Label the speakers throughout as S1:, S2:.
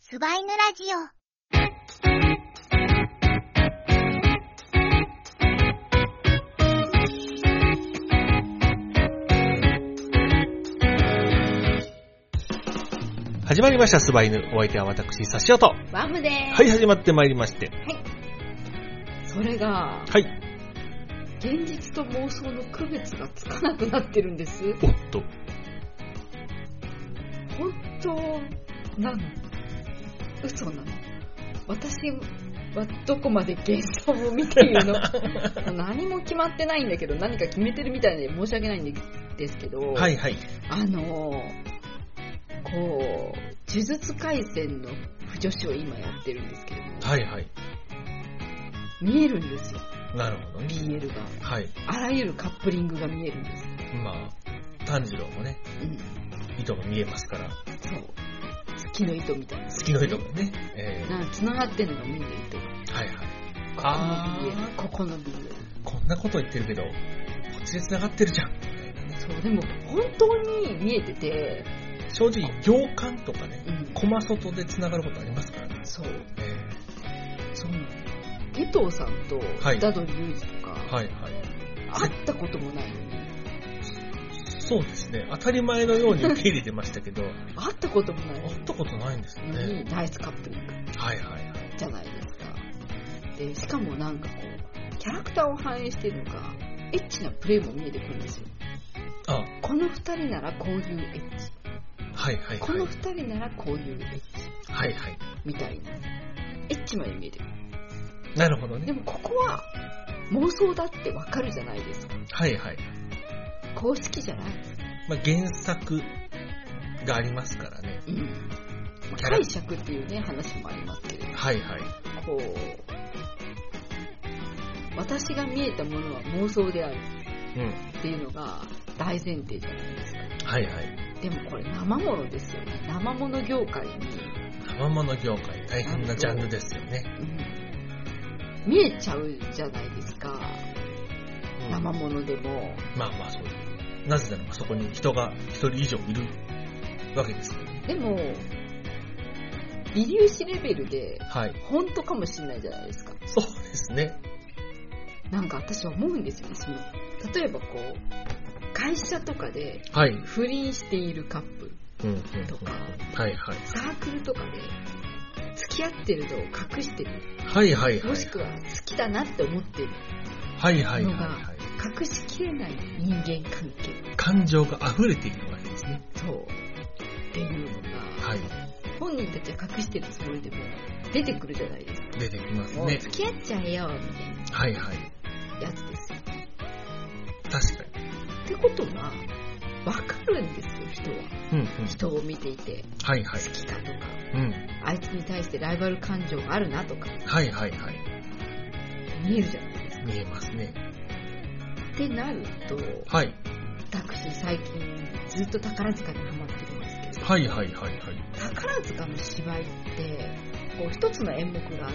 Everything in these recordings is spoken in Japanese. S1: スバイヌラジオ。
S2: 始まりました、スバイヌ。お相手は私、サシオと。は
S3: ワムです。
S2: い、始まってまいりまして。
S3: それが、
S2: はい。
S3: 現実と妄想の区別がつかなくなってるんです。
S2: おっと。
S3: 本当なの嘘なの私はどこまで幻想を見てい るの何も決まってないんだけど、何か決めてるみたいで申し訳ないんですけど、
S2: はいはい。
S3: あのー、こう、呪術廻戦の不女子を今やってるんですけれども、
S2: はいはい。
S3: 見えるんですよ、
S2: なるほどね。
S3: BL が。
S2: はい。
S3: あらゆるカップリングが見えるんです。
S2: まあ、炭治郎もね、
S3: うん
S2: 糸が見えますから、
S3: そう。月の糸みたいな。
S2: 月の糸もね。え
S3: なんか繋がってんのが見える糸。
S2: ー、はいはい。あ
S3: ここの部分。
S2: ー、こんなこと言ってるけど、こっちで繋がってるじゃん。
S3: そう、でも本当に見えてて、
S2: 正直、行間とかね、
S3: うん。
S2: コマ外で繋がることありますからね。
S3: そう。
S2: え
S3: そうなの。ゲトウさんと
S2: はい
S3: ダドリュウジとか、
S2: ー、はいはい。
S3: 会ったこともないのに、
S2: そうですね。当たり前のように受け入れてましたけ ど、
S3: 会ったこともない
S2: 会ったことないんですよ
S3: の
S2: ね。
S3: に、ナイスカップリング
S2: はいはいはい。
S3: じゃないですか。で、しかもなんかこう、キャラクターを反映してるのか、エッチなプレイも見えてくるんですよ。
S2: あ、
S3: この二人ならこういうエッチ。
S2: はいはい
S3: こ
S2: はい
S3: の。二人ならこういうエッチ。
S2: はいはい。
S3: みたいな。エッチまで見えてる。
S2: なるほど
S3: で
S2: ね。
S3: もここは妄想だってわかるじゃないですか。
S2: はいはい。
S3: 公式じゃない。
S2: まあ、原作がありますからね。
S3: うん。まあ
S2: キャラ
S3: 解釈っていうね、話もありますけれど、
S2: はいはい。
S3: こう、私が見えたものは妄想である
S2: うん。
S3: っていうのが大前提じゃないですか。
S2: はいはい。
S3: でもこれ生物ですよね。生物業界に、
S2: 生物業界、大変なジャンルですよね。
S3: うん、見えちゃうじゃないですか。
S2: うん
S3: 生物でも。
S2: まあまあそうです。なぜならばそこに人が一人以上いるわけですからね。
S3: でも、微粒子レベルで、
S2: はい。
S3: 本当かもしれないじゃないですか。
S2: そうですね。
S3: なんか私は思うんですよね。その、例えばこう、会社とかで
S2: はい。うん
S3: 不倫しているカップル、
S2: うん
S3: とか
S2: はいはい。
S3: サークルとかで付き合ってるのを隠してる、
S2: はいはいは
S3: も
S2: い
S3: し。くは好きだなって思ってる、
S2: はいはいはい
S3: のが
S2: はい。
S3: 隠しきれない人間関係。
S2: 感情が溢れているわけですね。
S3: そう。っていうのが、
S2: はい。
S3: 本人たちは隠してるつもりでも出てくるじゃないですか。
S2: 出てきます
S3: もう
S2: ね。
S3: 付き合っちゃえよ、みたい
S2: はいはい。
S3: なやつです。
S2: 確かに。
S3: ってことは、わかるんですよ、人は。
S2: うんうん。
S3: 人を見ていて、
S2: はいは
S3: 好
S2: い。
S3: きかとか、
S2: うん。
S3: あいつに対してライバル感情があるなとか、
S2: はいはいはい。
S3: 見えるじゃないですか。
S2: 見えますね。
S3: ってなると、
S2: はい。
S3: 私最近ずっと宝塚にハマってるんですけど、
S2: はいはいはいはい。
S3: 宝塚の芝居って、こう一つの演目が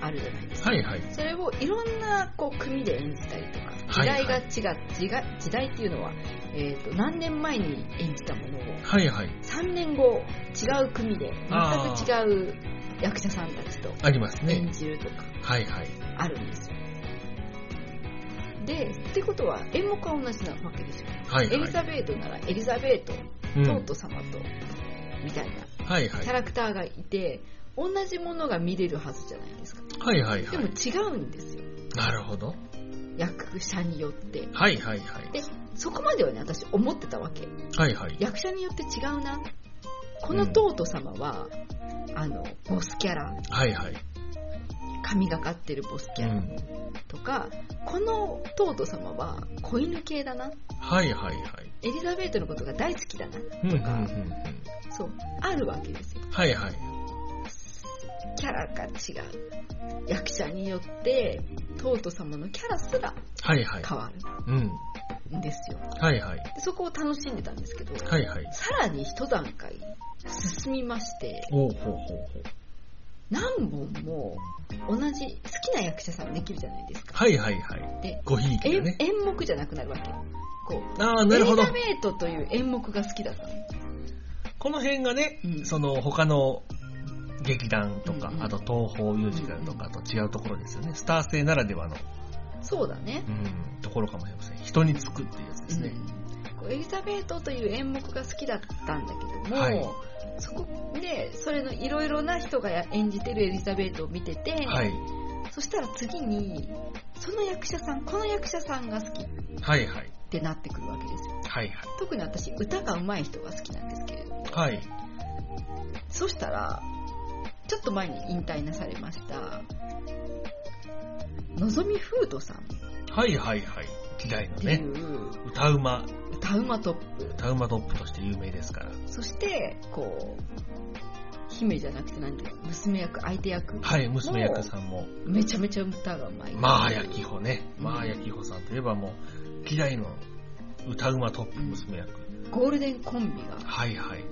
S3: あるじゃないですか。
S2: はいはい。
S3: それをいろんなこう組で演じたりとか、時
S2: はい
S3: 代
S2: は
S3: が違、
S2: いう
S3: 時が時代っていうのは、えー、と何年前に演じたものを
S2: はいはい。
S3: 3年後違う組で
S2: あ
S3: 全く違う役者さんたちと
S2: あります
S3: 演
S2: ね。
S3: じるとか
S2: はいはい。
S3: あるんですよ。で、ってことは演目は同じなわけですよ。
S2: はい
S3: エ
S2: は
S3: リ
S2: い。
S3: ザベートならエリザベート、
S2: うん
S3: トート様と、みたいな
S2: はいは
S3: キ
S2: い
S3: ャ。ラクターがいて、同じものが見れるはずじゃないですか。
S2: はいはい
S3: で
S2: は
S3: も
S2: い。
S3: 違うんですよ。
S2: なるほど。
S3: 役者によって。
S2: はいはいはい。
S3: で、そこまではね、私思ってたわけ。
S2: はいはい。
S3: 役者によって違うな。このトート様は、あの、ボスキャラ、
S2: はいはい。
S3: 神がかってるボスキ
S2: う
S3: ャラ
S2: ん。
S3: とか、このトート様は子犬系だな。
S2: はいはいはい。
S3: エリザベートのことが大好きだな。
S2: うんうんうん
S3: か
S2: うん。
S3: そう。あるわけですよ。
S2: はいはい。
S3: キャラが違う。役者によって、トート様のキャラすら
S2: はいはい。
S3: 変わ
S2: うん。
S3: るんですよ。
S2: はいはい。
S3: でそこを楽しんでたんですけど、
S2: はいはい。
S3: さらに一段階進みまして、
S2: おうほうほうほう。
S3: 何本も同じ好きな役者さんできるじゃないですか。
S2: はいはいはい。
S3: で、
S2: ごひいき
S3: え
S2: だ
S3: ん
S2: ね。
S3: 演目じゃなくなるわけ。こう。
S2: ああ、なるほど
S3: エリ。ザベートという演目が好きだったの。
S2: この辺がね
S3: う、ん
S2: その他の劇団とか
S3: うんう、ん
S2: あと東宝ミュージカルとかと違うところですよね。スター性ならではの、
S3: そうだね。
S2: うん、ところかもしれません。人につくっていうやつですね。
S3: うんこうエリザベートという演目が好きだったんだけども、
S2: はい
S3: そこでそれのいろいろな人が演じてるエリザベートを見てて、
S2: はい。
S3: そしたら次にその役者さんこの役者さんが好きっ
S2: はいはい。
S3: てなってくるわけですよ
S2: はい
S3: 特に私歌が上手い人が好きなんですけれど
S2: はい。はい。
S3: そしたらちょっと前に引退なされましたのぞみふうとさんっ
S2: はいはいはい。嫌いの
S3: てい
S2: ね。
S3: う
S2: 歌うま、
S3: 歌うまトップ
S2: 歌うまトップとして有名ですから。
S3: そして、こう、姫じゃなくて何ていうの娘役、相手役。
S2: はい、娘役さんも。
S3: めちゃめちゃ歌がうまい。
S2: マーヤキホね。
S3: うん
S2: マーヤキホさんといえばもう、嫌いの歌うまトップ娘役。
S3: ゴールデンコンビが
S2: はいはい。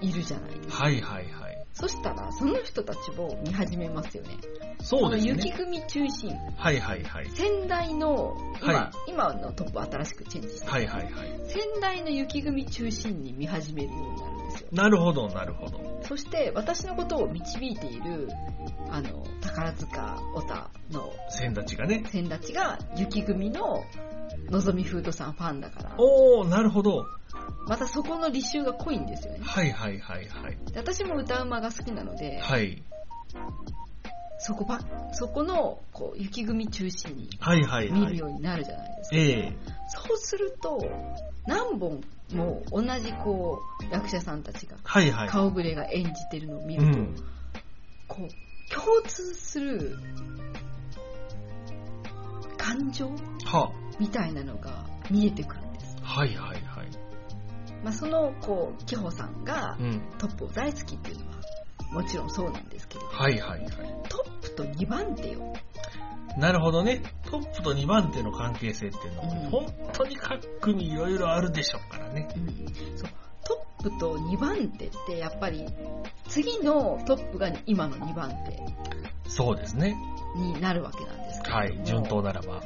S3: いるじゃないですか。
S2: はいはいはい。
S3: そしたら、その人たちを見始めますよね。
S2: そうです
S3: あの雪
S2: ね。
S3: 組中心。
S2: はいはいはい。
S3: 先代の、今、
S2: はい
S3: 今のトップ新しくチェンジした。
S2: はいはいはい。
S3: 先代の雪組中心に見始めるようになるんですよ。
S2: なるほど、なるほど。
S3: そして、私のことを導いている、あの、宝塚、オタの
S2: 先達がね。
S3: 先達が雪組ののぞみフードさんファンだから
S2: おー、なるほど。
S3: またそこの履修が濃いんですよね
S2: はいはいはいはい。
S3: で私も歌うまが好きなので、
S2: はい。
S3: そこばそこのこう雪組中心に
S2: はいはい
S3: 見
S2: は
S3: る
S2: い。
S3: ようになるじゃないですか、
S2: ええ
S3: そうすると何本も同じこう役者さんたちが
S2: はいはい。
S3: 顔ぶれが演じてるのを見
S2: う
S3: ると、
S2: ん。
S3: こう共通する感情
S2: は、
S3: みたいなのが見えてくるんです、
S2: はいはいはい。
S3: まあ、そのこう紀穂さんが
S2: うん。
S3: トップを大好きっていうのはもちろんそうなんですけれど
S2: はいはいはい。
S3: トップと2番手よ
S2: なるほどね。トップと2番手の関係性っていうのは、
S3: うん
S2: 本当に各組いろいろあるでしょうからね。
S3: そうトップと2番手ってやっぱり次のトップが今の2番手
S2: そうですね。
S3: になるわけなんですけれども
S2: はい。順当ならば。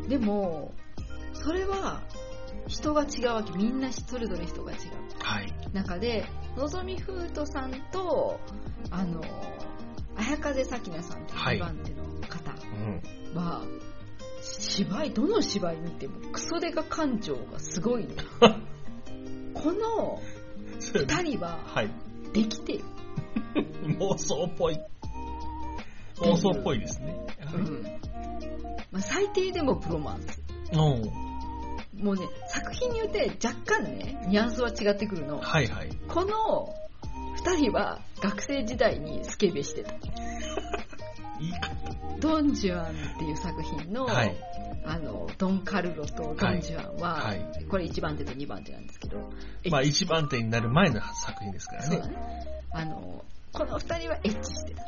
S3: うん、でもそれは人が違うわけみんなそれぞれ人が違う
S2: はい。
S3: 中でのぞみふうとさんとあの綾風咲菜さんと2番手の方、
S2: うん。
S3: は芝居どの芝居見てもクソデカ感情がす ごいのこの2人は
S2: はい。
S3: できてる、
S2: 妄想っぽい。妄想っぽいですね。
S3: うんまあ、最低でもプロマンス
S2: うん。
S3: もうね作品によって若干ねニュアンスは違ってくるの
S2: はいはい。
S3: この2人は学生時代にスケベしてた
S2: いいか。
S3: 「ドン・ジュアン」っていう作品の,、
S2: はい。
S3: あのドン・カルロとドン・ジュアンは、
S2: はいは
S3: これ1番手と2番手なんですけど
S2: まあ、一番手になる前の作品ですから
S3: そうだ
S2: ね。
S3: ね。あの、この二人はエッ チしてた。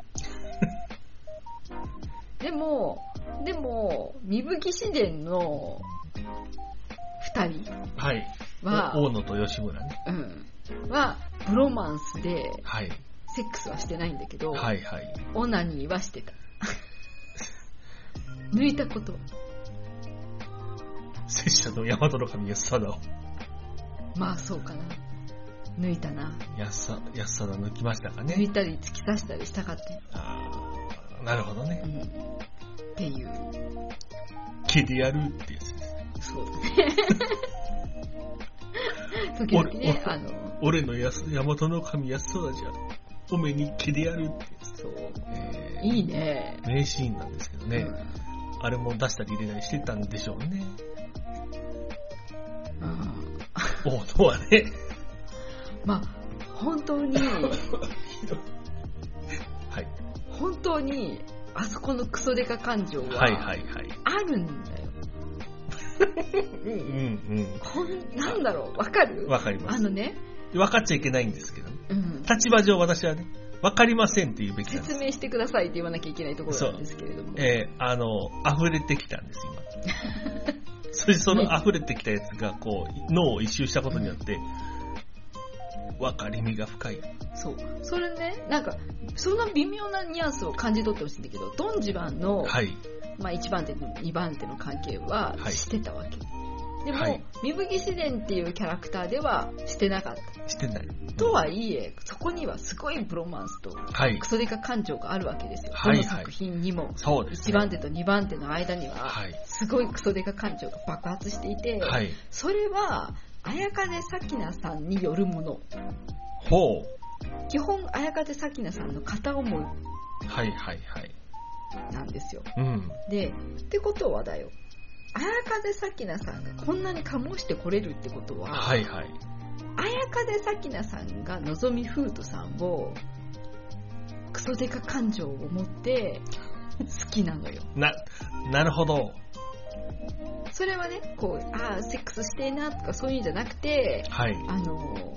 S3: でも、でも、三吹自伝の二人
S2: はい。
S3: は、
S2: お大野と吉村ね。
S3: うん、は、ブロマンスで、
S2: はい。
S3: セックスはしてないんだけど、
S2: はいはい。
S3: オナニーはしてた。 抜いたこと。
S2: 拙者の大和の神安貞を。
S3: まあ、そうかな。抜いたな。
S2: 安さ、安さだ抜きましたか
S3: 抜い
S2: ね。
S3: たり突き刺したりしたかったよ。
S2: あーなるほどね
S3: う。ん。っていう。
S2: 聞いてやるってやつです。
S3: そうだね。時々ね、
S2: 俺
S3: あの、
S2: 俺の安、大和の神安貞じゃ、おめに聞いてやるってやつ。
S3: そう、
S2: えー
S3: いいね。
S2: 名シーンなんですけどね。
S3: うん
S2: あれも出したり入れたりしてたんでしょうね。
S3: うん
S2: 大野はね。
S3: まあ、本当に、
S2: はい。
S3: 本当に、あそこのクソデカ感情
S2: はいは
S3: はい
S2: はい。
S3: あるんだよ。
S2: うんうん
S3: こんなんだろう、わか
S2: うん。
S3: る
S2: わかりま
S3: あ
S2: す。
S3: のね、
S2: 分かっちゃいけないんですけどね。
S3: うん、
S2: 立場上私はね、分かりませんって言うべきなんです
S3: 説。明してくださいって言わなきゃいけないところなんですけれども。
S2: えーあの、溢れてきたんです、今。 そしてその溢れてきたやつが、こう、脳を一周したことによって、分かりみが深い。
S3: そう。それね、なんか、その微妙なニュアンスを感じ取ってほしいんだけど、ドンジバンの、
S2: はい。
S3: まあ、1番手と2番手の関係は
S2: はい
S3: してたわけ、でも、
S2: はい
S3: 三吹自然っていうキャラクターではしてなかった
S2: してない。
S3: とはいえ、そこにはすごいブロマンスと
S2: はい
S3: ク。ソデカ感情があるわけですよ。
S2: はい
S3: どの作品にも。
S2: そうです、
S3: 1
S2: ね。
S3: 番手と2番手の間には、
S2: はい。
S3: すごいクソデカ感情が爆発していて、
S2: はい。
S3: それは、綾風咲菜さんによるもの。
S2: ほう。
S3: 基本、綾風咲菜さんの片思い
S2: はいはいはい。
S3: なんですよ。
S2: うん。
S3: で、ってことはだよ。綾風咲菜さんがこんなに醸してこれるってことは、
S2: はいはい。
S3: 綾風咲菜さんがのぞみふうとさんをクソデカ感情を持って好きなのよ
S2: な、なるほど。
S3: それはねこうああセックスしてえなとかそういうんじゃなくて
S2: はい。
S3: あの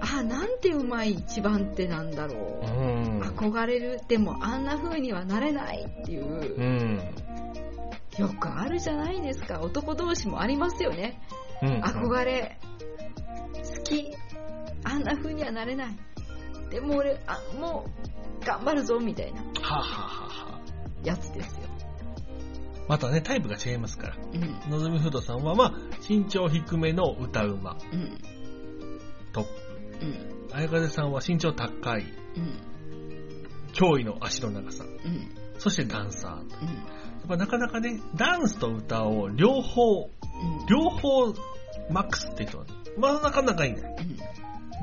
S3: ああなんてうまい一番手なんだ
S2: う
S3: ろう、
S2: ん。
S3: 憧れるでもあんな風にはなれないっていうう、
S2: ん。
S3: よくあるじゃないですか男同士もありますよね
S2: うん。
S3: 憧れ好きあんな風にはなれないでも俺あもう頑張るぞみたいな
S2: はあはあはあはあ
S3: やつですよ、
S2: またね、タイプが違いますから。
S3: うん
S2: のぞみふうどさんは、まあ、身長低めの歌うま、
S3: うん
S2: トッ
S3: うん
S2: プ。綾風さんは身長高い、
S3: うん
S2: 驚異の足の長さ。
S3: うん
S2: そしてダンサー。や
S3: うん
S2: っぱなかなかね、ダンスと歌を両方、
S3: うん
S2: 両方マックスって人は、まあなかなかいない。
S3: うん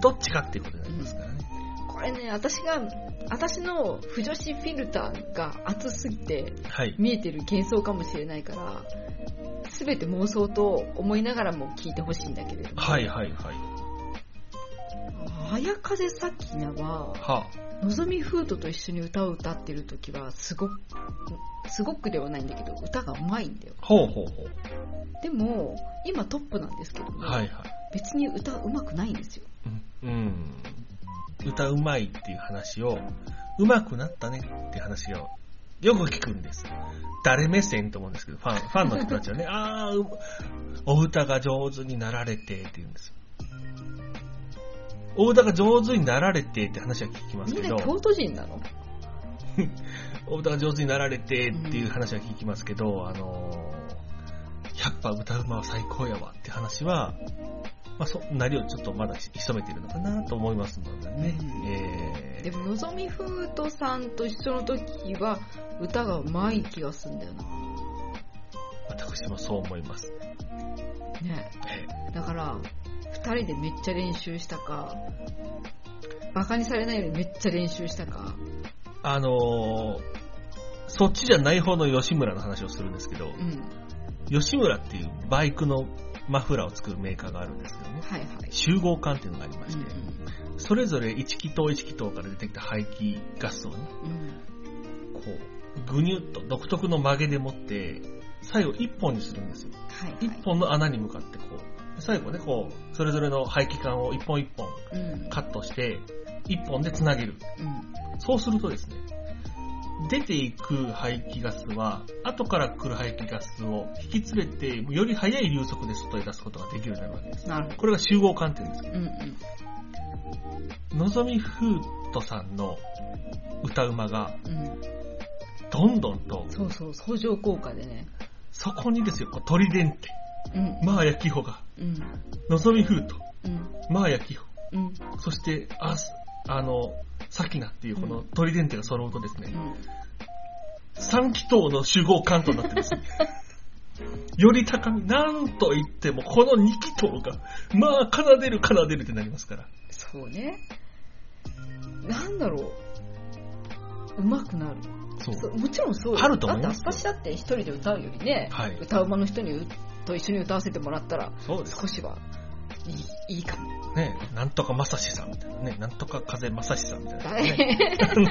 S2: どっちかっていうことになりますからね。
S3: これね私が私の不女子フィルターが熱すぎて
S2: はい。
S3: 見えてる幻想かもしれないから全て妄想と思いながらも聞いてほしいんだけれども
S2: はいはいはい。
S3: 綾風咲菜は
S2: は
S3: のぞみフートと一緒に歌を歌ってる時はすごくすごくではないんだけど歌がうまいんだよ
S2: あ、ほうほうほう。
S3: でも今トップなんですけども、
S2: はいはい。
S3: 別に歌うまくないんですよ
S2: うん。歌うまいっていう話を、うまくなったねっていう話を、よく聞くんです。誰目線と思うんですけど、ファン、ファンの人たちは ね、ああ、うお歌が上手になられてって言うんですよ。お歌が上手になられてって話は聞きます
S3: みん
S2: け
S3: な
S2: ど、
S3: 京都人なの
S2: お歌が上手になられてっていう話は聞きますけど、あのー、やっぱ歌うまは最高やわって話は、まあ、そなりをちょっとまだ潜めてるのかなと思いますのでね。えー
S3: でものぞみフートさんと一緒の時は歌がうまい気がすんだよな
S2: 私もそう思います。
S3: ね
S2: え
S3: だから2人でめっちゃ練習したかバカにされないようにめっちゃ練習したか
S2: あのーそっちじゃない方の吉村の話をするんですけど
S3: う、ん
S2: 吉村っていうバイクのマフラーを作るメーカーがあるんですけどね、
S3: はいはい
S2: 集合管っていうのがありま
S3: う
S2: し
S3: ん
S2: て、それぞれ1気筒1気筒から出てきた排気ガスをね、
S3: う
S2: こ
S3: ん
S2: う、ぐにゅっと独特の曲げで持って、最後1本にするんですよ。
S3: はいはい
S2: 1本の穴に向かってこう、最後ね、こう、それぞれの排気管を1本1本
S3: うん
S2: カットして、1本で繋げる。
S3: うん
S2: そうするとですね、出ていく排気ガスは、後から来る排気ガスを引き連れて、より速い流速で外へ出すことができるようになるわけです。
S3: なるほ
S2: これが集合観点ですけ
S3: どうんう
S2: ど、
S3: ん
S2: のぞみふーとさんの歌うまが、
S3: うん、
S2: どんどんと、
S3: そうそう相乗効果でね
S2: そこにですよ、こう鳥伝って、
S3: うん
S2: まあやきほが、
S3: うん
S2: のぞみふーと、
S3: うん
S2: まあやきほ、
S3: うん
S2: そして、あ、すあの、さきなっていうこの鳥伝ってが揃うとですね、三気筒の集合関東になってます。 より高み、なんと言っても、この二気筒が、まあ、奏でる奏でるってなりますから。
S3: そうねなんだろううまくなる
S2: そ
S3: そうもちろんそうよ
S2: あると思います
S3: だって私だって一人で歌うよりね、
S2: はい
S3: 歌う間の人にうと一緒に歌わせてもらったら
S2: そうです
S3: 少しはいいいいかも
S2: ね。なんとかまさしさんみたいなね。なんとか風まさしさんみたいな
S3: だ
S2: ね。
S3: ね
S2: あの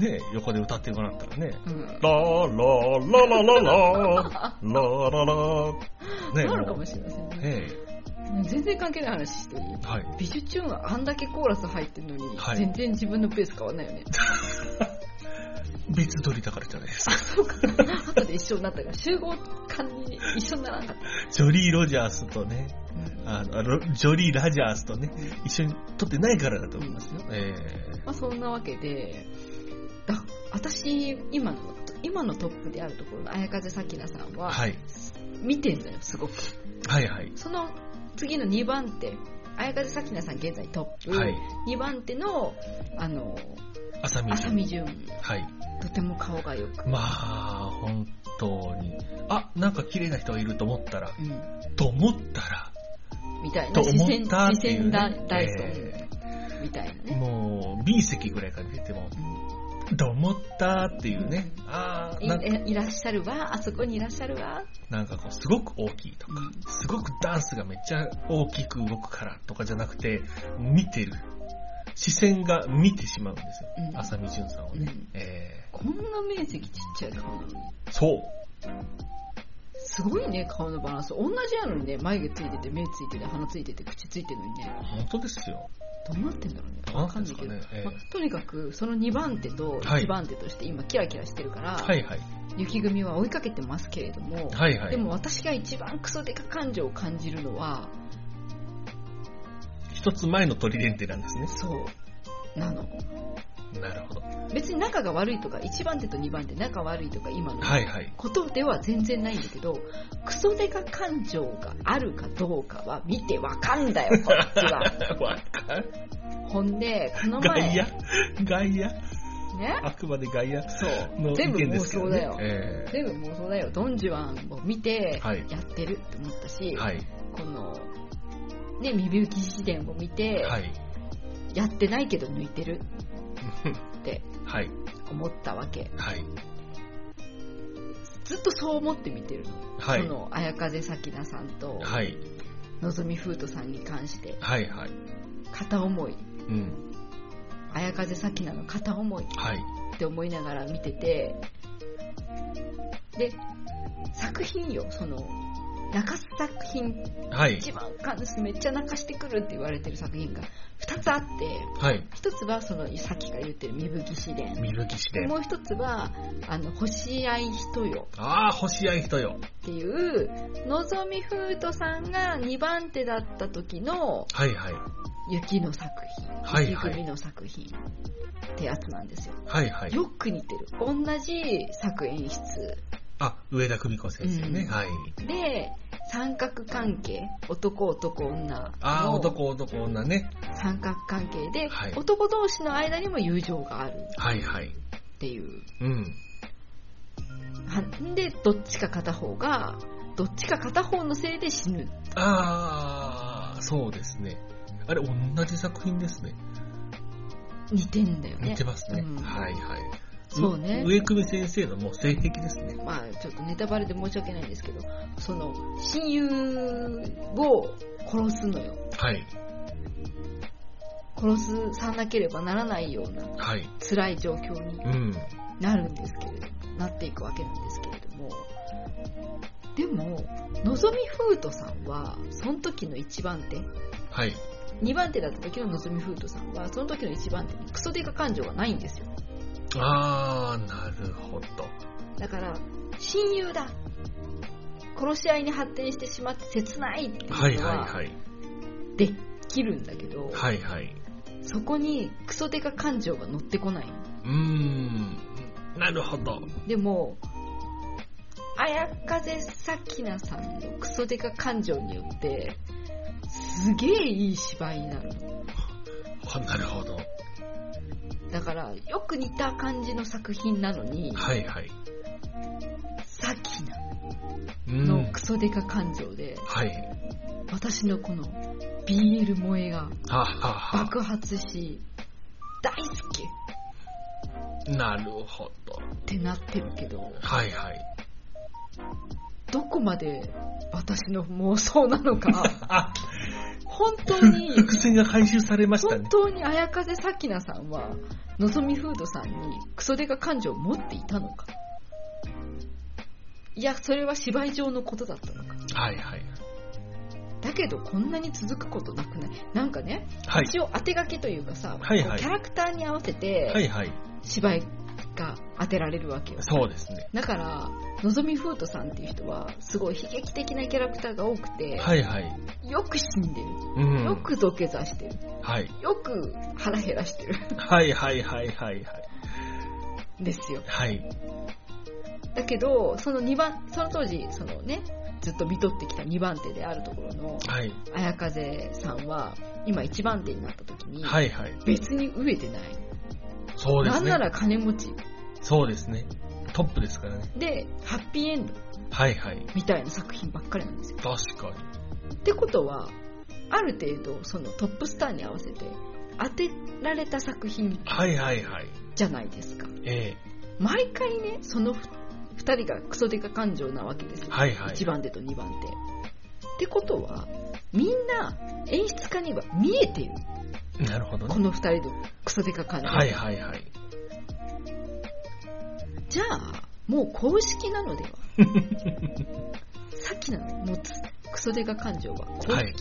S2: ね、横で歌ってもらったらね。
S3: うん
S2: ラーラーララララーラーララーね
S3: なるか
S2: も
S3: もしれませんね
S2: うね
S3: 全然関係ない話していい
S2: はい。
S3: ビジュチューンはあんだけコーラス入ってるのに、
S2: はい
S3: 全然自分のペース変わんないよね
S2: 別撮りだからじゃないですか。
S3: 後で一緒になったから集合感に一緒にならなかった、
S2: ジョリー・ロジャースとね、
S3: うん
S2: あの、ロジョリー・ラジャースとね、一緒に撮ってないからだと思いますよ。え
S3: まあ、そんなわけでだ私今の今のトップであるところの綾風咲菜さん
S2: ー
S3: は
S2: はい。
S3: 見てんだよすごく
S2: はいはい。
S3: その次の2番手綾風咲菜さん現在トップ、
S2: はい。
S3: 2番手のあの
S2: 浅見
S3: 浅
S2: 純。
S3: 見純
S2: はい。
S3: とても顔がよく、
S2: まあ、本当に。あ、なんか綺麗な人がいると思ったら、
S3: うん、
S2: と思ったら、
S3: みたい
S2: と
S3: な
S2: 思ったっ
S3: 視
S2: てい
S3: 線
S2: う、
S3: だ
S2: ね。
S3: ダイソ
S2: え
S3: ンみたいな
S2: ー
S3: ね、
S2: もう、B 席ぐらいから出ても、と思ったっていうね。あ
S3: う
S2: ー
S3: ん
S2: なん
S3: いいらっしゃるわあそこにいらっしゃるわ、
S2: なんかこう、すごく大きいとか、
S3: うん
S2: すごくダンスがめっちゃ大きく動くからとかじゃなくて、見てる。視線が見てしまうんですよ。
S3: うん
S2: 浅見純さんをね。
S3: うん
S2: え
S3: こんな面積ちっちゃい顔なのに
S2: ーそう。
S3: すごいね顔のバランス同じやのにね眉毛ついてて目ついてて鼻ついてて口ついてるのにね
S2: 本当ですよ。
S3: どうなってんだろうね。
S2: どう
S3: わ
S2: なって
S3: か
S2: んで
S3: んな
S2: すか
S3: いけど。
S2: ねええ
S3: まあとにかく、その2番手と
S2: はい
S3: 1番手として今キラキラしてるから、
S2: はいはい。
S3: 雪組は追いかけてますけれども、
S2: はいはい。
S3: でも私が一番クソデカ感情を感じるのは、
S2: 一つ前の鳥連定なんですね。
S3: そう、なの。
S2: なるほど。
S3: 別に仲が悪いとか、1番手と2番手仲悪いとか今の
S2: はいはい。
S3: ことでは全然ないんだけど、クソデカ感情があるかどうかは見てわかんだよ、こっち は。
S2: わかる。
S3: ほんで、この
S2: 外
S3: 前、
S2: 野
S3: ね、
S2: 外野あくまで外野
S3: そう、
S2: の
S3: 全
S2: 意
S3: 部
S2: 見で
S3: 妄
S2: すけど
S3: 想
S2: ね。
S3: だよ。
S2: え
S3: 全部妄想だよ。ドン・ジュワンを見て
S2: はい、
S3: やってるって思ったし、
S2: えはい。
S3: この、ね、未病気視点を見て、
S2: はい。
S3: やってないけど抜いてるって
S2: はい。
S3: 思ったわけ。
S2: はい。
S3: ずっとそう思って見てるの。
S2: はい
S3: その、綾風咲菜さんと、
S2: はい。
S3: のぞみふうとさんに関して、
S2: はいはい。
S3: 片思い、
S2: うん。
S3: 綾風咲菜の片思い
S2: はい。
S3: って思いながら見てて、で、作品よ、その、中洲作品
S2: はい。
S3: 一番感ですめっちゃ泣かしてくるって言われてる作品が2つあって
S2: はい。
S3: 1つはそのさっきから言ってる「ぶき試練
S2: 見る気し」て。
S3: もう1つは「あの星合い人よ」
S2: ああ、星合い人よ。
S3: っていうのぞみふうとさんが2番手だった時の
S2: はいはい。
S3: 雪の作品、
S2: はいはい
S3: 雪組の作品ってやつなんですよ、
S2: はいはい。
S3: よく似てる同じ作演出
S2: あ、上田久美子先生ね。
S3: うん
S2: はい。
S3: で三角関係男男女
S2: ああ、
S3: の
S2: 男男女ね。
S3: 三角関係で、
S2: はい
S3: 男同士の間にも友情がある
S2: はいはい。
S3: っていう。
S2: うん。
S3: はで、どっちか片方が、どっちか片方のせいで死ぬ。
S2: ああ、そうですね。あれ、同じ作品ですね。
S3: 似てんだよね。
S2: 似てますね。
S3: うん
S2: はいはい。
S3: そうね
S2: う。上久美先生のもう性癖ですね。
S3: まあ、ちょっとネタバレで申し訳ないんですけど、その、親友を殺すのよ。
S2: はい。
S3: 殺さなければならないような
S2: はい。
S3: 辛い状況に
S2: うん。
S3: なるんですけれどなっていくわけなんですけれどもでものぞみふうとさんはその時の1番手
S2: はい。
S3: 2番手だった時ののぞみふうとさんはその時の1番手にクソデカ感情がないんですよ
S2: あー、なるほど。
S3: だから親友だ殺し合いに発展してしまって切ないっていう
S2: はい
S3: の
S2: はい
S3: は
S2: はい。
S3: できるんだけど、
S2: はいはい。
S3: そこにクソデカ感情が乗ってこないう
S2: ーん。なるほど。
S3: でも綾風咲菜さんのクソデカ感情によってすげえいい芝居になるの
S2: あなるほど。
S3: だからよく似た感じの作品なのに
S2: はいはい。
S3: 咲菜
S2: う
S3: の
S2: ん
S3: ク。ソデカ感情で、
S2: はい。
S3: 私のこの BL 萌えが
S2: ははは
S3: 爆発し、大好きっ
S2: なるほど。
S3: てなってるけど、
S2: はいはい。
S3: どこまで私の妄想なの か、
S2: あ、
S3: 本当に、
S2: 伏線が回収されました
S3: 本
S2: ね。
S3: 当に綾風咲菜さんは、のぞみフードさんにクソデカ感情を持っていたのか。いや、それは芝居上のことだったのか。
S2: はいはい。
S3: だけど、こんなに続くことなくないなんかね、
S2: はい。
S3: 一応当て書きというかさ、
S2: はいはい
S3: こうキャラクターに合わせて、
S2: はいはい。
S3: 芝居が当てられるわけよ
S2: そうですね。
S3: だからのぞみふうとさんっていう人はすごい悲劇的なキャラクターが多くて、
S2: はいはい。
S3: よく死んで
S2: う
S3: る
S2: ん。
S3: よく土下座してる
S2: はい。
S3: よく腹減らしてる
S2: はいはいはいはいはい。
S3: んですよ
S2: はい。
S3: だけどその2番その当時そのねずっと見とってきた2番手であるところの
S2: はい。
S3: 綾風さんは今1番手になった時に
S2: はいはい。
S3: 別に飢えてない、
S2: そうで
S3: な
S2: す
S3: ん
S2: ね。
S3: なら金持ち
S2: そうですね。トップですからね。
S3: でハッピーエンド
S2: はいはい。
S3: みたいな作品ばっかりなんですよ
S2: 確かに。
S3: ってことはある程度そのトップスターに合わせて当てられた作品
S2: はいはいはい。
S3: じゃないですか
S2: え
S3: 毎回ねその2人がクソデカ感情なわけです
S2: え
S3: よ、
S2: はいはい。
S3: 1番手と2番手ってことはみんな演出家には見えてる
S2: なるほど
S3: こ
S2: ね。
S3: の2人のクソデカ感情、
S2: はいはいはい。
S3: じゃあもう公式なのではさっきなの持つクソデカ感情は公式、
S2: はい。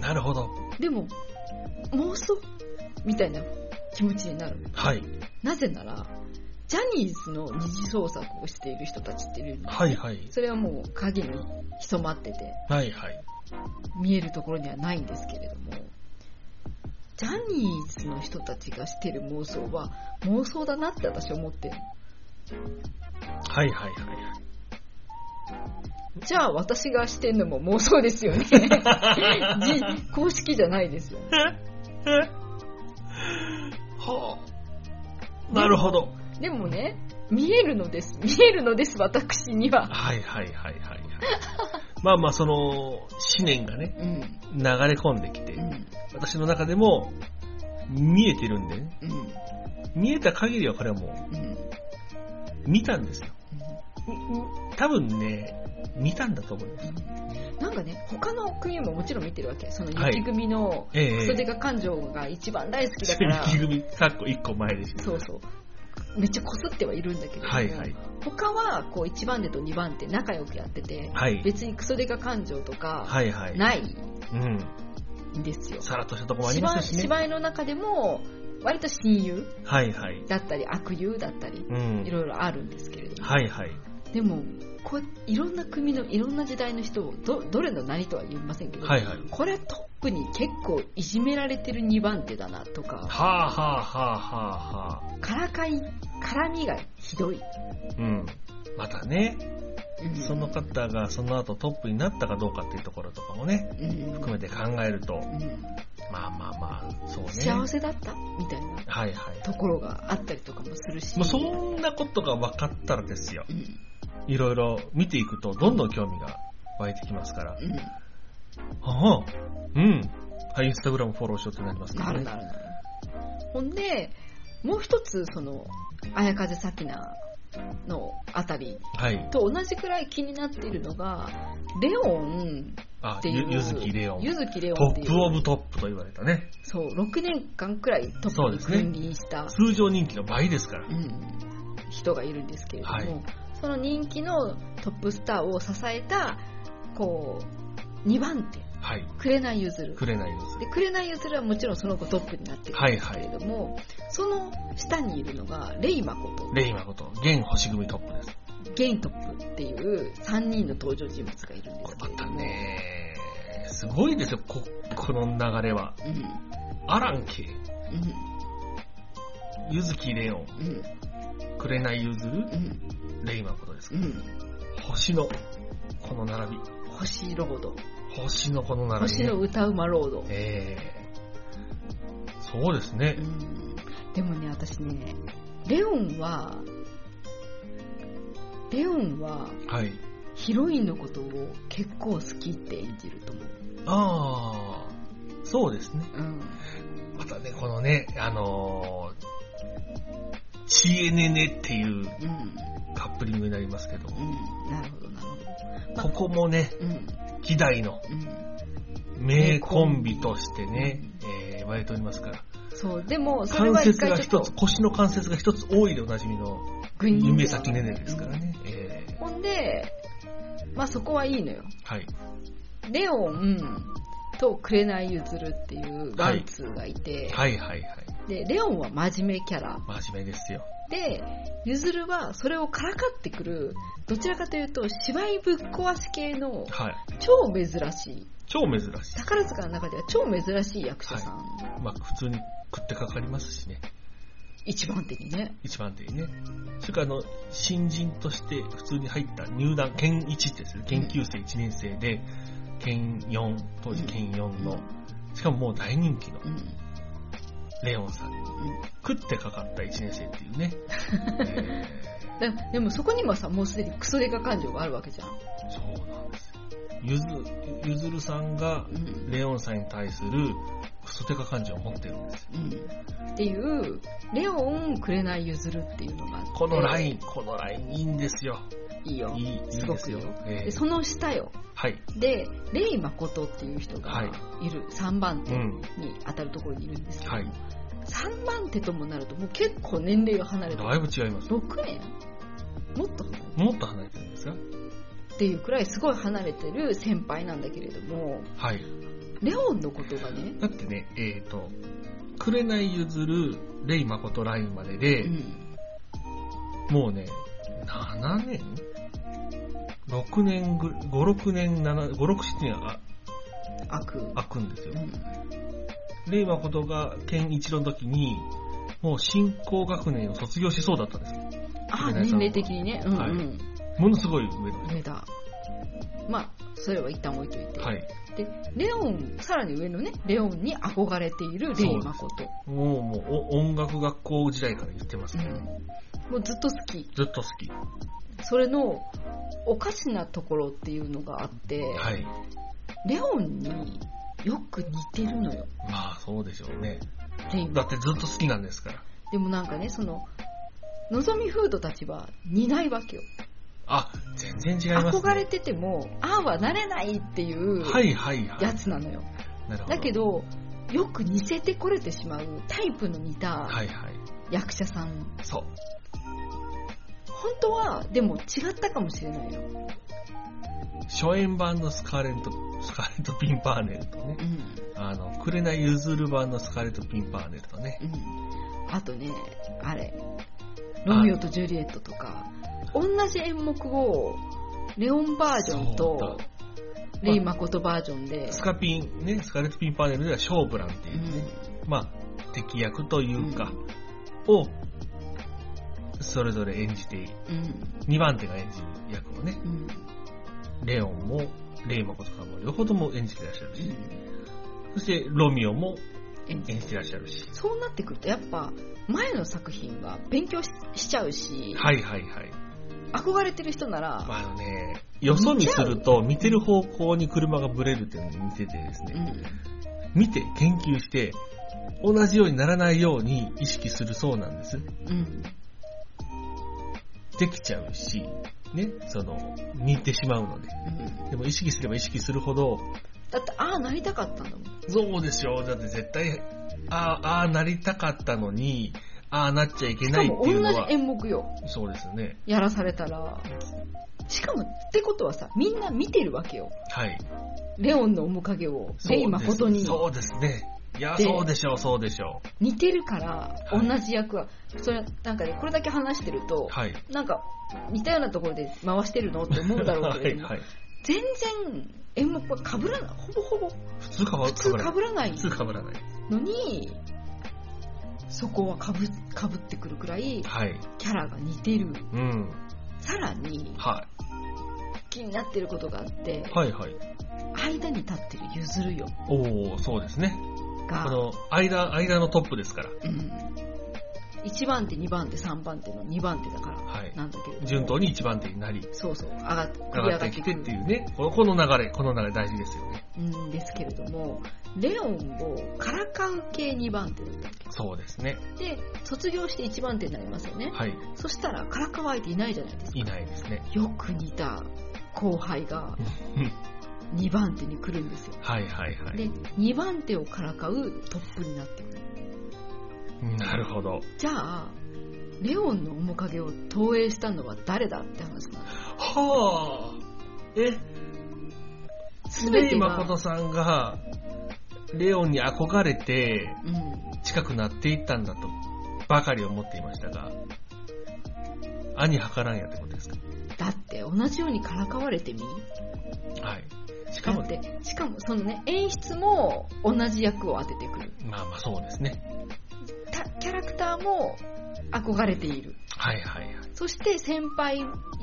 S2: なるほど。
S3: でも妄想みたいな気持ちになる
S2: はい。
S3: なぜなら、ジャニーズの二次創作をしている人たちっているの
S2: はいはい。
S3: それはもう影に潜まってて、
S2: はいはい。
S3: 見えるところにはないんですけれども、ジャニーズの人たちがしてる妄想は妄想だなって私は思ってる。
S2: はいはいはい。
S3: じゃあ私がしてんのも妄想ですよ ね。じ公式じゃないですよね。
S2: はあ。なるほど。
S3: でもね、見えるのです。見えるのです、私には。
S2: はいはいはいはいはい。まあまあ、その、思念がね、
S3: うん、
S2: 流れ込んでき
S3: う
S2: て、
S3: ん、
S2: 私の中でも、見えてるんでね。
S3: うん、
S2: 見えた限りはこれはも
S3: うん。うん
S2: う、見たんですよ。多分ね、見たんだと思います。
S3: なんかね、他の国ももちろん見てるわけ。その
S2: はい
S3: 雪組の
S2: え
S3: クソデ
S2: え。
S3: カ感情が一番大好きだから、
S2: 雪組、かっこ1個前ですよ。
S3: そうそう。めっちゃこすってはいるんだけれども、
S2: はいはい。
S3: 他はこう1番手と2番手仲良くやってて、
S2: はい。
S3: 別にクソデカ感情とか
S2: はいはい。
S3: ない
S2: うん。
S3: んですよ。
S2: さらっとしたとこもありま
S3: 芝居
S2: すしね。
S3: 芝居の中でも、割と親友
S2: はいはい。
S3: だったり悪友だったり、
S2: うん
S3: い。ろいろあるんですけれども、
S2: はいはい。
S3: でもこういろんな組のいろんな時代の人をどどれの何とは言いませんけど、
S2: はいはい。
S3: これはトップに結構いじめられてる2番手だなとか、
S2: はあはあはあはあはあ。
S3: からかい、絡みがひどい。
S2: うん。またね、
S3: うん
S2: その方がその後トップになったかどうかっていうところとかもね、
S3: うん
S2: 含めて考えると、
S3: うん
S2: まあまあまあ、そうね。
S3: 幸せだったみたいな
S2: はいはい。
S3: ところがあったりとかもするし。
S2: もうそんなことが分かったらですよ。
S3: うん
S2: いろいろ見ていくと、どんどん興味が湧いてきますから。
S3: うん
S2: はあ、うん。はい、インスタグラムフォローしようってなりますか
S3: な
S2: らね。
S3: るなるなる。ほんで、もう一つ、その、綾風さきなのあたり
S2: はい。
S3: と同じくらい気になっているのが、レオン
S2: あ
S3: っ、てい
S2: ゆ
S3: う。
S2: ゆずきレオン。
S3: ゆずきレオンっ
S2: ト
S3: てい
S2: ッ
S3: う。
S2: プオブトップと言われたね。
S3: そう、6年間くらいトッ
S2: そうで
S3: プに
S2: すね
S3: 君臨した、
S2: 通常人気の倍ですから
S3: う。ん、人がいるんですけれども、
S2: はい
S3: その人気のトップスターを支えた、こう、2番手、
S2: はい。
S3: 紅ゆずる。
S2: くれないです。
S3: で、紅ゆずるはもちろんその後トップになってるん
S2: はい
S3: です
S2: は
S3: けれ
S2: い。
S3: ども、その下にいるのが、レイマこと、
S2: レイマこと、現星組トップです。
S3: ゲントップっていう3人の登場人物がいるんで
S2: こ
S3: す
S2: れ
S3: けれ
S2: ま
S3: ど
S2: た
S3: も、
S2: ね、すごいですよ、こ、この流れは。
S3: うん、う
S2: アラン系、
S3: ん、
S2: ゆずきレオン、
S3: うん、
S2: くれないゆずる、
S3: うん、
S2: レイマことです
S3: う
S2: から。
S3: ん、
S2: 星の、この並び。
S3: 星ロード、
S2: 星のこの並び、
S3: 星
S2: ね。
S3: の歌うまロード。
S2: えーそうですね
S3: う。んでもね、私ね、レオンは、レオンは
S2: はい。
S3: ヒロインのことを結構好きって演じると思う。
S2: あー、そうですね。
S3: うん。
S2: またね、このね、あのー、CNN っていう
S3: うん。
S2: カップリングになりますけど、
S3: うん。なるほど、なるほど。
S2: ここもね、
S3: うん。
S2: 希代の
S3: うん。
S2: 名コンビとしてね
S3: うん、
S2: えー言われておりますから。
S3: そう、でも、それ
S2: 関
S3: は一
S2: 節が
S3: 回ちょ
S2: 一
S3: っ
S2: つ、
S3: と、
S2: 腰の関節が一つ多いでおなじみの、
S3: ぐんぐん
S2: 夢咲ねねですから。ね。え
S3: うんほんで、まあそこはいいのよ。
S2: ーはい。
S3: レオンと紅ゆずるっていうワンツーがいて、
S2: はいはいはい。
S3: で、レオンは真面目キャラ。
S2: 真面目ですよ。
S3: で、ゆずるはそれをからかってくる、どちらかというと芝居ぶっ壊し系
S2: は
S3: の
S2: い。
S3: 超珍しい、
S2: 超珍しい。
S3: 宝塚の中では超珍しい役者さん。
S2: まあ、普通に食ってかかりますしね。
S3: 一番手にね。
S2: 一番手にね。それからあの、新人として普通に入った入団、県1ですね。研究生1年生で、県4、当時県4の、しかももう大人気の
S3: うん。
S2: レオンさんに
S3: うん
S2: 食ってかかった1年生っていうね。え
S3: ででもそこにもさ、もうすでにクソデカ感情があるわけじゃん。
S2: ーそうなんですよ。ゆず、ゆずるさんが
S3: うん。
S2: レオンさんに対するクソテカ感情を持ってるんですよ。
S3: うん。っていう、レオンくれない譲るっていうのがあって。
S2: このライン、このラインいいんですよ。
S3: いいよ。
S2: いい、いい
S3: す
S2: で
S3: ごく
S2: す
S3: よ
S2: よ。。え
S3: で、
S2: ー
S3: その下よ。
S2: はい。
S3: で、レイ誠っていう人が
S2: はい
S3: いる、3番
S2: う
S3: 手
S2: ん。
S3: に当たるところにいるんですけど、
S2: はい
S3: 3番手ともなるともう結構年齢が離れてる
S2: だいぶ違います。
S3: 6年もっと離れて
S2: もっと離れてるんですか
S3: るっていうくらいすごい離れてる先輩なんだけれども
S2: はい。
S3: レオンのことがね、
S2: だってね、えー、と、紅ゆずる、レイ誠ラインまでで、
S3: うん、
S2: もうね、7年 ?6 年ぐ、5、6年、7、5、6、7年あ
S3: 悪、うん
S2: 開くんですよ。レイ誠が県一の時に、もう新興学年を卒業しそうだったんですよ
S3: あ年齢的にね、うんうん
S2: はいものすごい上の。
S3: 上だまあそれは一旦置いといて、
S2: はい。
S3: でレオンさらに上のねレオンに憧れているレイ誠
S2: もう、もうお、音楽学校時代から言ってます
S3: う
S2: ね。
S3: ん、もうずっと好き
S2: ずっと好き。は
S3: それのおかしなところっていうのがあって、
S2: い。
S3: レオンによく似てるのよ
S2: まあ、そうでしょうね。
S3: レイ
S2: だ
S3: は
S2: ってずっと好きなんですから。
S3: でもなんかねそののぞみフードたちは似ないわけよ、
S2: あ、全然違います、ね。
S3: 憧れててもああはなれないっていう
S2: はいはいはい。
S3: やつなのよ、
S2: なるほ
S3: だけ、どよく似せてこれてしまうタイプの似た
S2: はいはい。
S3: 役者さん、
S2: そう。
S3: 本当はでも違ったかもしれないよ、
S2: 初演版のスカーレット、スカーレット・ピンパーネルとね
S3: う、ん
S2: あの、紅ゆずる版のスカーレット・ピンパーネルとね、
S3: うん、あとねあれ「ロミオとジュリエット」とか同じ演目をレオンバージョン
S2: そう
S3: と
S2: だ
S3: レイ・マコトバージョンで、
S2: スカピン、ね、スカーレット・ピンパーネルではショーブランっていうね、まあ、敵役というか、を、それぞれ演じて、
S3: うんうん
S2: 2番手が演じる役をね、
S3: うん
S2: レオンも、レイマコとかも両方とも演じてらっしゃる
S3: う
S2: し、
S3: ん
S2: そしてロミオも
S3: 演じ
S2: 演じてらっしゃるし、
S3: そうなってくるとやっぱ前の作品は勉強ししちゃうし、
S2: はいはいはい。
S3: 憧れてる人なら、
S2: まああのね、よそ見すると見てる方向に車がブレるっていうのを見ててです
S3: う
S2: ね、
S3: ん、
S2: 見て研究して、同じようにならないように意識するそうなんです。
S3: うん、
S2: できちゃうし、ね、その、似てしまうので。
S3: うん
S2: でも意識すれば意識するほど、
S3: だってああなりたかったんだもん
S2: そうですよ、だって絶対、ああ、ああなりたかったのに、ああなっちゃいけ
S3: し
S2: な
S3: か
S2: いっ
S3: も
S2: ていう
S3: 同
S2: の
S3: じ
S2: は、
S3: 演目よ
S2: そうですよね。
S3: やらされたらしかもってことはさみんな見てるわけよ
S2: はい。
S3: レオンの面影を
S2: そう
S3: レイ・
S2: で
S3: マ
S2: す
S3: コトに
S2: そうですね。いや、
S3: で
S2: そうでしょう、そうでしょ
S3: 似てるから同
S2: はい
S3: じ役はそれなんかねこれだけ話してる
S2: う。
S3: と
S2: はい。
S3: なんか似たようなところで回してるのって思うだろうけれど も
S2: はいはい。
S3: 全然演目は被らないほぼほぼ
S2: 普通かぶ
S3: 普通
S2: らない。
S3: 被らない
S2: 普通かぶらない。
S3: のにそこはかぶ被ってくるくらい
S2: はい。
S3: キャラが似てる
S2: うん。
S3: さらに
S2: は
S3: 気になってることがあって
S2: い。はいはい。
S3: 間に立ってるゆずるよ
S2: おおそうですね。こ
S3: が、
S2: の、間、間のトップですから。
S3: うん、1番手2番手3番手の2番手だから
S2: はい。
S3: なんだけれども
S2: 順当に1番手になり、
S3: そうそう上がって繰り
S2: 上が
S3: 上
S2: っ
S3: が
S2: て
S3: って
S2: き
S3: く
S2: て
S3: る
S2: っていうね。このこの流れ、この流れ大事ですよね。
S3: うんですけれどもレオンをからかう系2番手だったっ
S2: そうですね。
S3: けで卒業して1番手になりますよね、
S2: はい。
S3: そしたらからかう相手いないじゃないですか
S2: いないですね。
S3: よく似た後輩が
S2: うん
S3: 2番手に来るんですよ
S2: はいはいは
S3: で
S2: い。
S3: 2番手をからかうトップになってくる
S2: なるほど。
S3: じゃあレオンの面影を投影したのは誰だって話かな
S2: はあ。え、
S3: 全
S2: レイ
S3: てが
S2: 誠さんが、レオンに憧れて、
S3: うん
S2: 近くなっていったんだと、ばかり思っていましたが、兄はからんやってことですか
S3: だって同じようにからかわれてみ
S2: はい。しか
S3: だ
S2: も
S3: っ、てしかもそのね演出も同じ役を当ててくる
S2: まあまあそうですね。
S3: たキャラクターも憧れている
S2: はいはいはい。
S3: そして先輩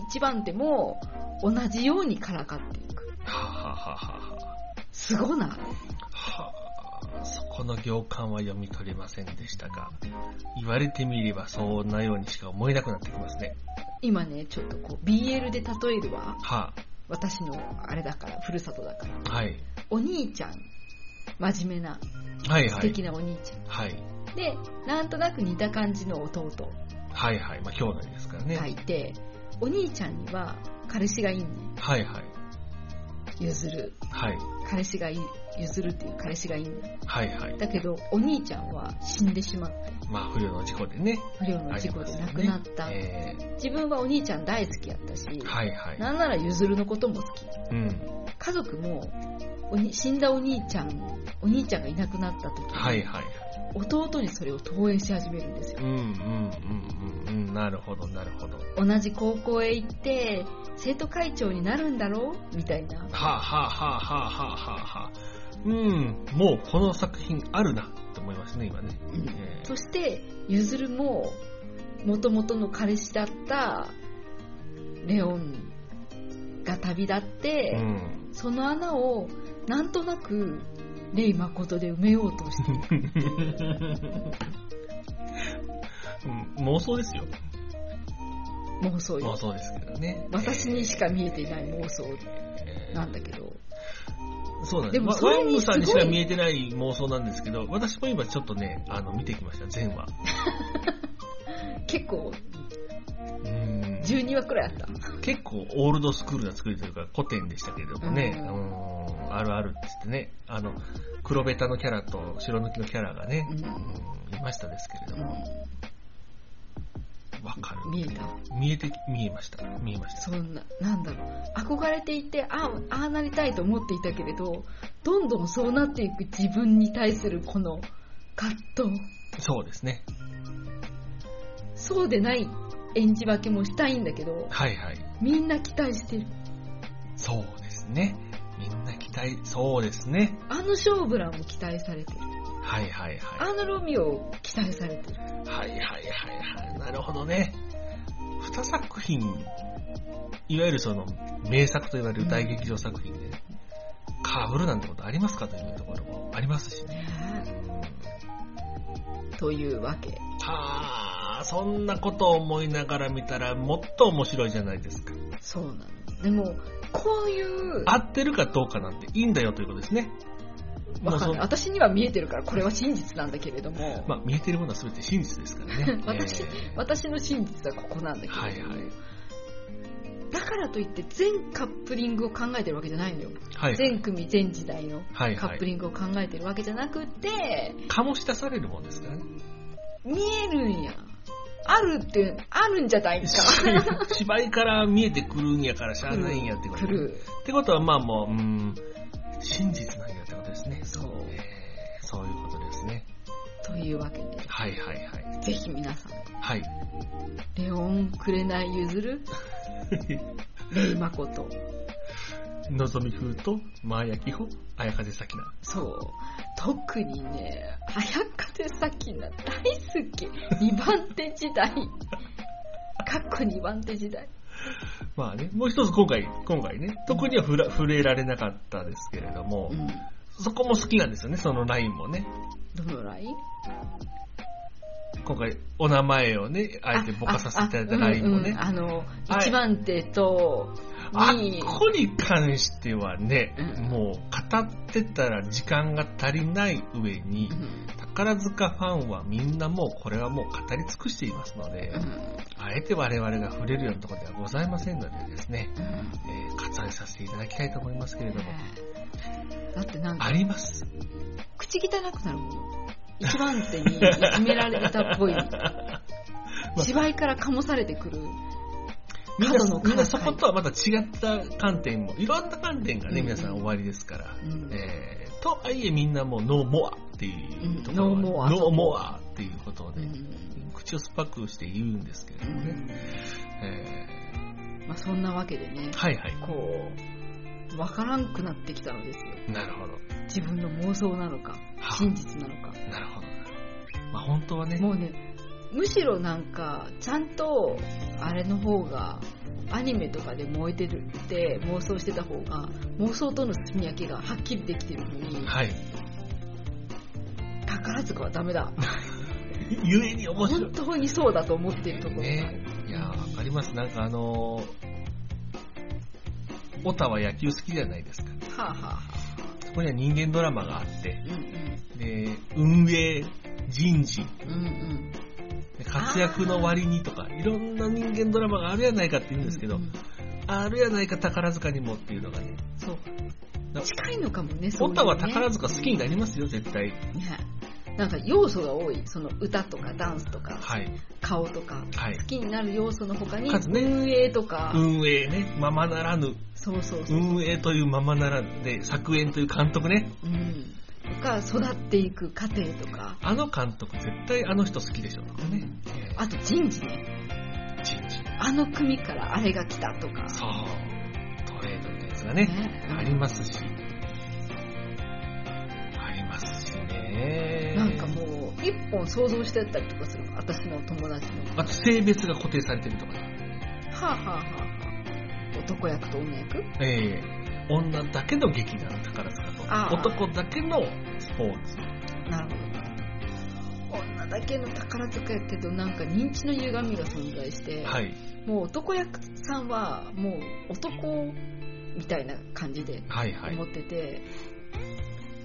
S3: 一番手も同じようにからかっていく
S2: はあ、はあはあは
S3: すごない
S2: あ、はあ、そこの行間は読み取れませんでしたが、言われてみればそんなようにしか思えなくなってきますね。
S3: 今ねちょっとこう BL で例えるわ
S2: は
S3: 私のあれだからふるさとだから
S2: あ、はい。
S3: お兄ちゃん真面目な
S2: はい
S3: 素
S2: はい
S3: 敵。なお兄ちゃん、
S2: はい。
S3: でなんとなく似た感じの弟
S2: はいはい。まあ兄弟ですからね。
S3: がいて、お兄ちゃんには彼氏がいんね
S2: はいはい。
S3: 譲る
S2: はい。
S3: 彼氏がい譲るっていう彼氏がいんね
S2: はいはい。
S3: だけどお兄ちゃんは死んでしまって
S2: まあ不良の事故でね。
S3: 不良の事故で亡くなった、
S2: ありますよね
S3: 自分はお兄ちゃん大好きやったし、
S2: えーはいはい。
S3: なんなら譲るのことも好き
S2: うん。
S3: 家族もおに死んだお兄ちゃんお兄ちゃんがいなくなった時、
S2: はいはい。
S3: 弟にそれを投影し始めるんですよ
S2: うんうんうんうんうん。なるほどなるほど。は
S3: 同じ高校へ行って生徒会長になるんだろうみたいな
S2: あ、はあはあはあはあはあはあ。うん。もうこの作品あるなと思いますね、今ね。
S3: うん
S2: えー
S3: そしてゆずるも元々の彼氏だったレオンが旅立って、
S2: うん。
S3: その穴をなんとなくレイ誠で埋めよう としている
S2: うん妄想ですよ。
S3: 妄想よ
S2: 妄想ですけどね。
S3: 私にしか見えていない妄想
S2: えー
S3: なんだけど
S2: そうなんで。
S3: ですも
S2: まあ
S3: そ
S2: ワ
S3: れ
S2: イ
S3: に
S2: ンさんにし
S3: すごい
S2: か見えてない妄想なんですけど、私も今ちょっとね、あの、見てきました、全話。
S3: 結構
S2: うん
S3: 12話くらいあった
S2: 結構オールドスクールな作りというか古典でしたけれどもね、
S3: う
S2: うんん、あるあるって言ってね、あの、黒ベタのキャラと白抜きのキャラがね、
S3: う
S2: うんんいましたですけれども、わかる。
S3: 見えた
S2: 見えて、見えました。見えました。
S3: そんななんだろう憧れていてあああなりたいと思っていたけれどどんどんそうなっていく自分に対するこの葛藤
S2: そうですね。
S3: そうでない演じ分けもしたいんだけど
S2: はいはい。
S3: みんな期待してる
S2: そうですね。みんな期待、そうですね。
S3: あのショーブランも期待されてる
S2: はいはいはい。
S3: あのロミオも期待されてる
S2: はいはいはいはい。なるほどね。二作品、いわゆるその、名作と言われる大劇場作品で、かぶるなんてことありますかというところもありますしね。
S3: ねえというわけ
S2: はあ、そんなことを思いながら見たら、もっと面白いじゃないですか。
S3: そうなのでもこういう
S2: 合ってるかどうかなんていいんだよということですね。
S3: わかんない
S2: もう
S3: 私には見えてるからこれは真実なんだけれども。
S2: そのまあ、見えてるものは全て真実ですからね
S3: 私
S2: えー
S3: 私の真実はここなんだけど、
S2: はいはい
S3: だからといって全カップリングを考えてるわけじゃないのよ、
S2: はいはい。
S3: 全組全時代の
S2: はい
S3: カ
S2: は
S3: ップ
S2: い。
S3: リングを考えてるわけじゃなくて、
S2: 醸し出されるもんですからね。
S3: 見えるんやあるってあるんじ ゃないか
S2: 芝居から見えてくるんやからしゃあないんやってこと
S3: 来る
S2: ってことはまあもう、うーん、真実なんやってことですね。
S3: そう
S2: えーそういうことですね。
S3: というわけで
S2: はいはいはい。
S3: ぜひ皆さん
S2: はい。
S3: レオンくれないゆずるレイマコと
S2: のぞみ風と、まあやきほ、あやかぜさきな。
S3: そう特にね早風さきな大好き2番手時代かっこ2番手時代
S2: まあね、もう一つ今回、今回ね、特には触ら触れられなかったですけれども、
S3: うん
S2: そこも好きなんですよね、そのラインもね。
S3: どのライン
S2: 今回、お名前をね、あえてぼかさせていただいたラインもね。
S3: ああうんうんあの
S2: はい
S3: 1番手と
S2: あ
S3: 2位
S2: っこに関してはね、
S3: うん
S2: もう語ってたら時間が足りない上に、
S3: うん
S2: 宝塚ファンはみんなもうこれはもう語り尽くしていますので、
S3: うん
S2: あえて我々が触れるようなところではございませんのでですね、
S3: うん
S2: えー割愛させていただきたいと思いますけれども、
S3: だってなんか
S2: あります。
S3: 口汚くなるもん一番手にいじめられた っぽい芝居から醸されてくる
S2: みんな
S3: 角
S2: みん
S3: の、から
S2: な
S3: か
S2: そ
S3: い
S2: ことはまた違った観点も、いろんな観点がね、
S3: うん
S2: 皆さん終わりですから、
S3: うん
S2: えーとはいえみんなもうノーモアっていうところは、
S3: うんノーモア
S2: ノーモアっていうこと
S3: う
S2: で、
S3: ん
S2: 口を酸っぱくして言うんですけれどもね、え
S3: まあ、そんなわけでね
S2: ーはいはい。
S3: こうわからんくなってきたのですよ。
S2: なるほど。
S3: 自分の妄想なのか、
S2: は
S3: 真実なのか。
S2: あ、なるほど。まあ本当はね、
S3: もうね、むしろなんか、ちゃんと、あれの方が、アニメとかで燃えてるって妄想してた方が、妄想とのすみ分けがはっきりできてるのに、
S2: はい。
S3: 宝塚はダメだ。
S2: ゆえに面白い
S3: 本。当にそうだと思っているところがある。
S2: ね、いやー、わかります。なんかあのー、オタは野球好きじゃないですか。
S3: はあ、はあはあ、
S2: そこには人間ドラマがあって、
S3: うんうん。
S2: で、運営、人事、
S3: うんうん。
S2: で活躍の割にとか、いろんな人間ドラマがあるやないかって言うんですけど、
S3: うんうん
S2: あるやないか宝塚にもっていうのがね、
S3: そう
S2: な。
S3: 近いのかもね、そう
S2: オ
S3: いうね
S2: タは宝塚好きになりますよ、絶対。
S3: ねなんか要素が多い。その歌とかダンスとか、
S2: はい。
S3: 顔とか。
S2: はい
S3: 好。きになる要素の他に、
S2: 数ね
S3: 運営とか、
S2: 運営ね、ままならぬ。
S3: そうそうそう。
S2: 運営というままならぬ。で、作演という監督ね。
S3: うん。とか、育っていく過程とか、
S2: あの監督、絶対あの人好きでしょうとかね。え
S3: あと人事ね。
S2: ー人事。
S3: あの組からあれが来たとか。
S2: そう。トレードってやつがね、ありますし。ありますしね。
S3: なんかもう、一本想像してたりとかする。私の友達の。
S2: あと性別が固定されてるとかね。
S3: はあ、はあはあはあ、男役と女役
S2: ええ女だけの劇団宝塚
S3: ああ
S2: と、男だけのスポーツ。
S3: なるほど。女だけの宝塚やけど、なんか認知の歪みが存在して、
S2: はい。
S3: もう男役さんは、もう男みたいな感じで
S2: はいはい
S3: 思。ってて、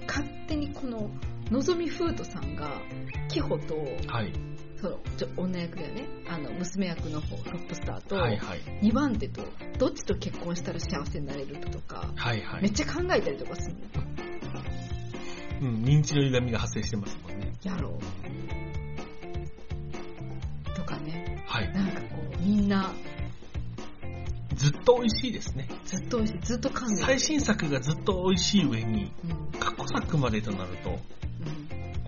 S3: 勝手にこの、のぞみふうとさんが、キホと、
S2: はい。
S3: その、ちょ女役だよね、あの、娘役の方、トップスターと、
S2: はいはい。
S3: 2番手と、どっちと結婚したら幸せになれるとか、
S2: はいは
S3: め
S2: い。
S3: っちゃ考えたりとかするの
S2: うん、認知の歪みが発生してますもんね。
S3: やろう。とかね。
S2: はい。
S3: なんかこう、みんな、
S2: ずっと美味しいですね。
S3: ずっと美味しい、ずっと噛んでる。
S2: 最新作がずっと美味しい上に、
S3: うん、
S2: 過去作までとなると、
S3: うん。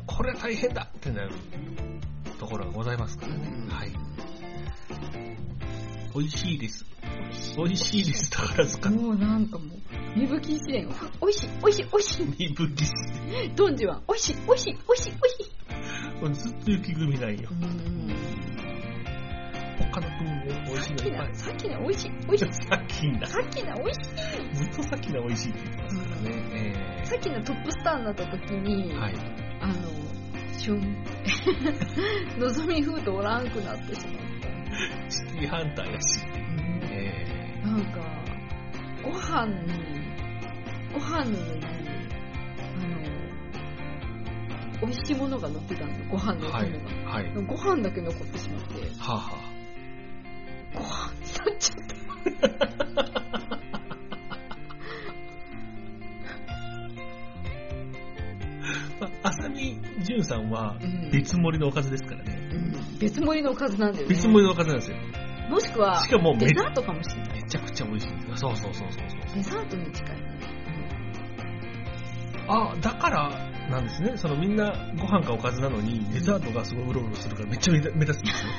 S2: これは大変だってなるところがございますからね。はい。美味しいです。美味しいです、宝塚。
S3: もうなんかもう、芽吹き一年を、美味しい、美味しい、美味し
S2: 身分です。
S3: い、ドンジは、美味しい、美味しい、美味しい、美味しい。
S2: ずっと雪組なんよ
S3: う。ん。
S2: 他の組も美味し
S3: さ
S2: い
S3: っ
S2: の
S3: き
S2: いっぱ
S3: な、
S2: い。
S3: さっきな、美味しい、美味しい。
S2: さっきだ。
S3: さっきな、美味しい。
S2: ずっとさっきが美味しいって言ってますからね。
S3: さっきなトップスターになった時
S2: え
S3: に、
S2: ー、はい。
S3: あの、シュン。 のぞみ風とおらんくなってしまった。
S2: シティハンターやし。え
S3: なんか、ご飯に、ご飯の上に、あの、美味しいものが乗ってたんですよ、ご飯
S2: ー、
S3: の
S2: は
S3: 上
S2: い
S3: には。。
S2: はい。は
S3: ご飯だけ残ってしまって、
S2: あ、はあ。
S3: ご飯去っちゃった。
S2: まあ浅見純さんは
S3: うん
S2: 別盛りのおかずですからね。
S3: うん別盛りのおかずなんだよね。
S2: 別盛りのおかずなんですよ。
S3: もしくは、
S2: しかもめ
S3: デザートかもしれない。
S2: めちゃくちゃ美味しいんですよ。そうそうそうそうそう。
S3: デザートに近い。
S2: あ、だからなんですね。そのみんなご飯かおかずなのにデザートがすごいうろうろするからめっちゃ目立目立つん ですよ。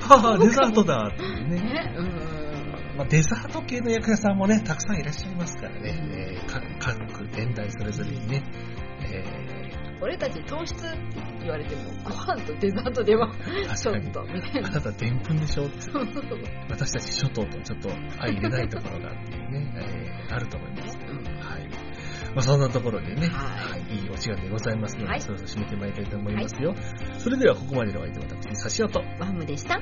S2: はあ、デザートだっていうね。
S3: ね、うん。
S2: まあ、デザート系の役者さんもね、たくさんいらっしゃいますから
S3: うん
S2: ね。えー各、各年代それぞれにね。え
S3: 俺たち糖質って言われても、ご飯とデザートでは、
S2: ー
S3: ち
S2: 確
S3: ょ
S2: か
S3: っ
S2: に。
S3: と、みたい
S2: あ
S3: な。
S2: な た、でんぷんでしょ
S3: そうそうそう。
S2: 私たち諸島とちょっと相入れないところがっていうね、えーあると思います。はい。まあ、そんなところでね、
S3: は
S2: はい、いいお時間でございますので、
S3: はい
S2: そろそろ締めてまいりたいと思いますよ。それではここまでのお相手は私、差し音。
S3: ワムでした。